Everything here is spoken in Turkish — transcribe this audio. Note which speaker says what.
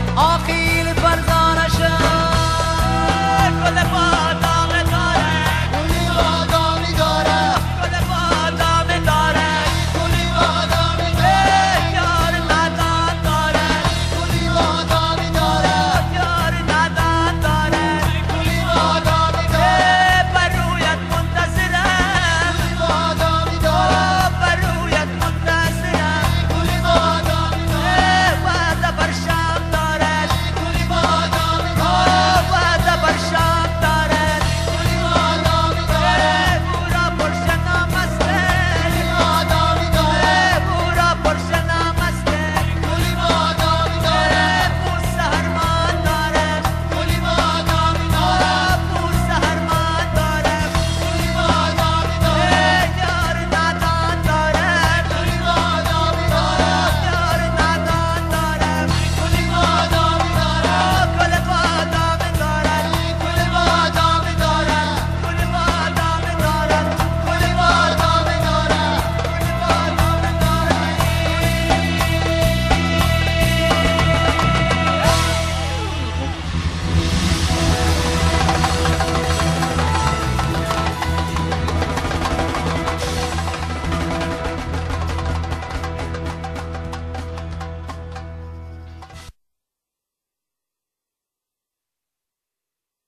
Speaker 1: Hey.